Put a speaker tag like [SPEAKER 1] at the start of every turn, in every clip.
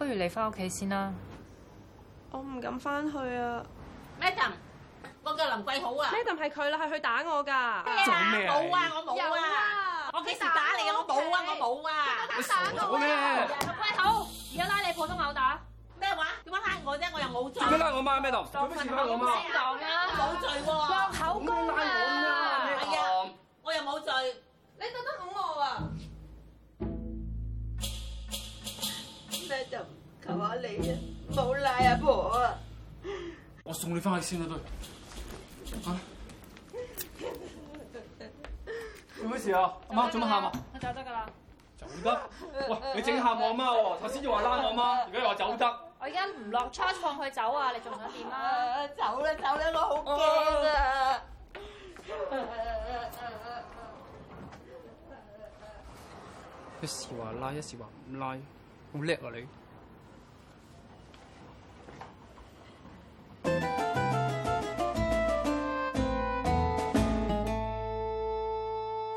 [SPEAKER 1] 如你翻屋企先啦。
[SPEAKER 2] 我唔敢翻去啊
[SPEAKER 3] Madam，我叫林桂好啊。
[SPEAKER 2] ！Madam 係佢啦，係佢打我㗎。
[SPEAKER 4] 做咩啊
[SPEAKER 3] 冇啊，我冇
[SPEAKER 5] 有
[SPEAKER 3] 啊
[SPEAKER 5] 啊。
[SPEAKER 3] 我幾時打你啊？我冇啊，我冇啊。
[SPEAKER 5] 你打
[SPEAKER 4] 咗咩
[SPEAKER 5] 喂好，而家拉你普通口打，
[SPEAKER 3] 咩話？點解拉我啫？我又冇罪
[SPEAKER 4] 做。咩拉我媽咩堂？做
[SPEAKER 3] 當
[SPEAKER 4] 咩
[SPEAKER 3] 份
[SPEAKER 4] 事拉我媽？
[SPEAKER 3] 我
[SPEAKER 5] 當啊
[SPEAKER 3] 冇罪喎，
[SPEAKER 5] 口
[SPEAKER 4] 做咩拉我媽咩堂？
[SPEAKER 3] 我又冇罪。
[SPEAKER 2] 你特登㧬我啊！
[SPEAKER 6] Madam，求下你啊，冇賴阿婆啊！
[SPEAKER 4] 我送你翻去先啦，都。啊！做咩事啊？阿媽做乜喊啊？
[SPEAKER 5] 我走得㗎啦，
[SPEAKER 4] 走得？喂，你整喊我阿媽喎！頭先又話拉我阿媽，而家又話走得。
[SPEAKER 5] 我而家唔落車放佢走啊！你仲想點啊？
[SPEAKER 6] 啊，走啦走啦，我好驚啊！
[SPEAKER 4] 一時話拉，一時話唔拉，好叻啊你！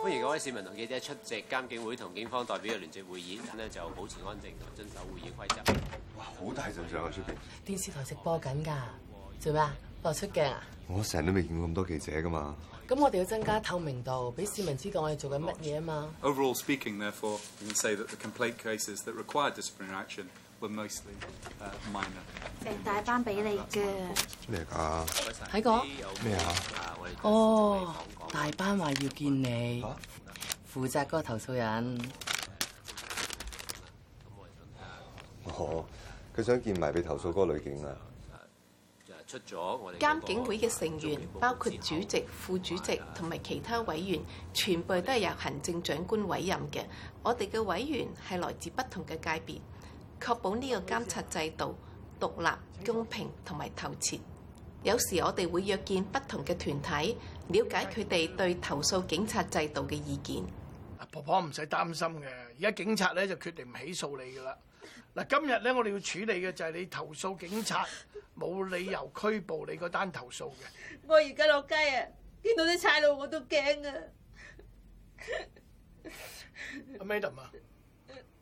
[SPEAKER 7] 歡迎各位市民同記者出席監警會同警方代表嘅聯席會議，咁咧就保持安靜同遵守會議規則。
[SPEAKER 8] 哇！好大陣仗啊，出邊！
[SPEAKER 9] 電視台直播緊㗎，做咩啊？播出鏡啊？
[SPEAKER 8] 我成日都未見過咁多記者噶嘛。
[SPEAKER 9] 咁我哋要增加透明度，俾市民知道我哋做緊乜嘢啊嘛。
[SPEAKER 10] Overall speaking, therefore, we can say that the complaint cases that required disciplinary action were mostly uh, minor.
[SPEAKER 11] 成大班俾你嘅，
[SPEAKER 8] 咩㗎？
[SPEAKER 9] 睇過
[SPEAKER 8] 咩啊？
[SPEAKER 9] 哦，大班話要見你
[SPEAKER 8] 嚇，
[SPEAKER 9] 負責嗰個投訴人。
[SPEAKER 8] 哦，佢想見埋被投訴嗰個女警啊。
[SPEAKER 7] 出咗我哋
[SPEAKER 12] 監警會嘅成員包括主席、副主席同埋其他委員，全部都係由行政長官委任嘅。我哋嘅委員係來自不同嘅界別，確保呢個監察制度獨立、公平同埋透徹。有時我哋會約見不同嘅團體，了解佢哋對投訴警察制度嘅意見。
[SPEAKER 13] 啊婆婆唔使擔心嘅，而家警察咧就決定唔起訴你噶啦。嗱，今日咧我哋要處理嘅就係你投訴警察冇理由拘捕你嗰單投訴嘅。
[SPEAKER 6] 我而家落街啊，見到啲差佬我都驚啊！
[SPEAKER 13] 阿 Madam 啊，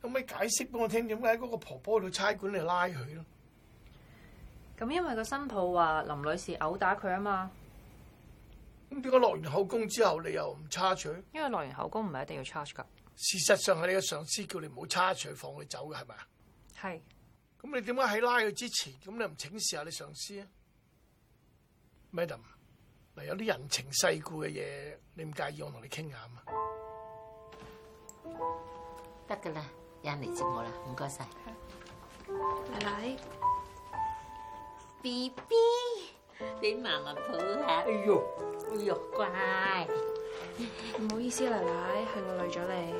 [SPEAKER 13] 可唔可以解釋俾我聽點解嗰個婆婆去到差館嚟拉佢咯？
[SPEAKER 1] 咁因為個新抱話林女士毆打佢啊嘛，
[SPEAKER 13] 咁點解落完口供之後你又唔叉取？
[SPEAKER 1] 因為落完口供唔係一定要 charge 㗎。
[SPEAKER 13] 事實上係你嘅上司叫你唔好叉取，放佢走嘅係咪啊？
[SPEAKER 1] 係，
[SPEAKER 13] 咁你點解喺拉佢之前，咁你唔請示下你上司啊，Madam？嗱，有啲人情世故嘅嘢，你唔介意我同你傾下嘛？
[SPEAKER 9] 得㗎啦，有人嚟接我啦，唔該晒。
[SPEAKER 5] 奶奶，
[SPEAKER 3] B B，你麻麻抱下，哎
[SPEAKER 9] 呦，
[SPEAKER 3] 哎呦乖，
[SPEAKER 5] 唔好意思，奶奶係我累咗你。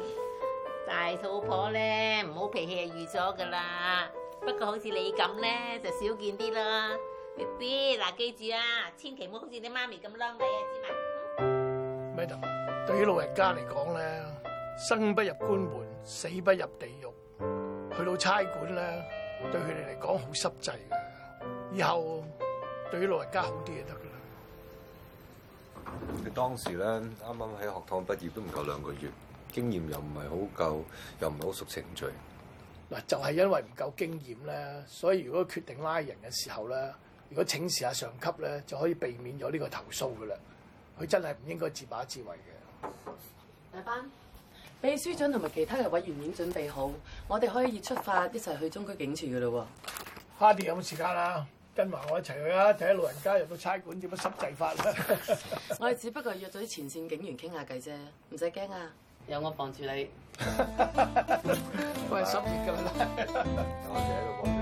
[SPEAKER 3] 大肚婆咧唔好脾氣係預咗噶啦，不過好似你咁咧就少見啲啦。B B，嗱記住啊，千祈唔好好似你媽咪咁啷你啊，知嘛？
[SPEAKER 13] Madam，對於老人家嚟講咧，生不入官門，死不入地獄。去到差館咧，對佢哋嚟講好濕滯嘅。以後對於老人家好啲就得噶啦。
[SPEAKER 8] 佢當時咧，啱啱喺學堂畢業都唔夠兩個月，經驗又唔係好夠，又唔係好熟程序。
[SPEAKER 13] 嗱，就係因為唔夠經驗咧，所以如果決定拉人嘅時候咧，如果請示下上級咧，就可以避免咗呢個投訴噶啦。佢真係唔應該自把自為嘅。
[SPEAKER 9] 大班，秘書長同埋其他嘅委員已經準備好，我哋可以熱出發一齊去中區警署㗎嘞喎。
[SPEAKER 13] 花啲有冇時間啊？跟埋我一齊去啊！睇下老人家入到差館點樣濕滯法啦。
[SPEAKER 9] 我哋只不過約咗啲前線警員傾下偈啫，唔使驚啊！有我傍住你。
[SPEAKER 13] 喂，濕熱㗎啦。
[SPEAKER 8] 哦我哋喺度啊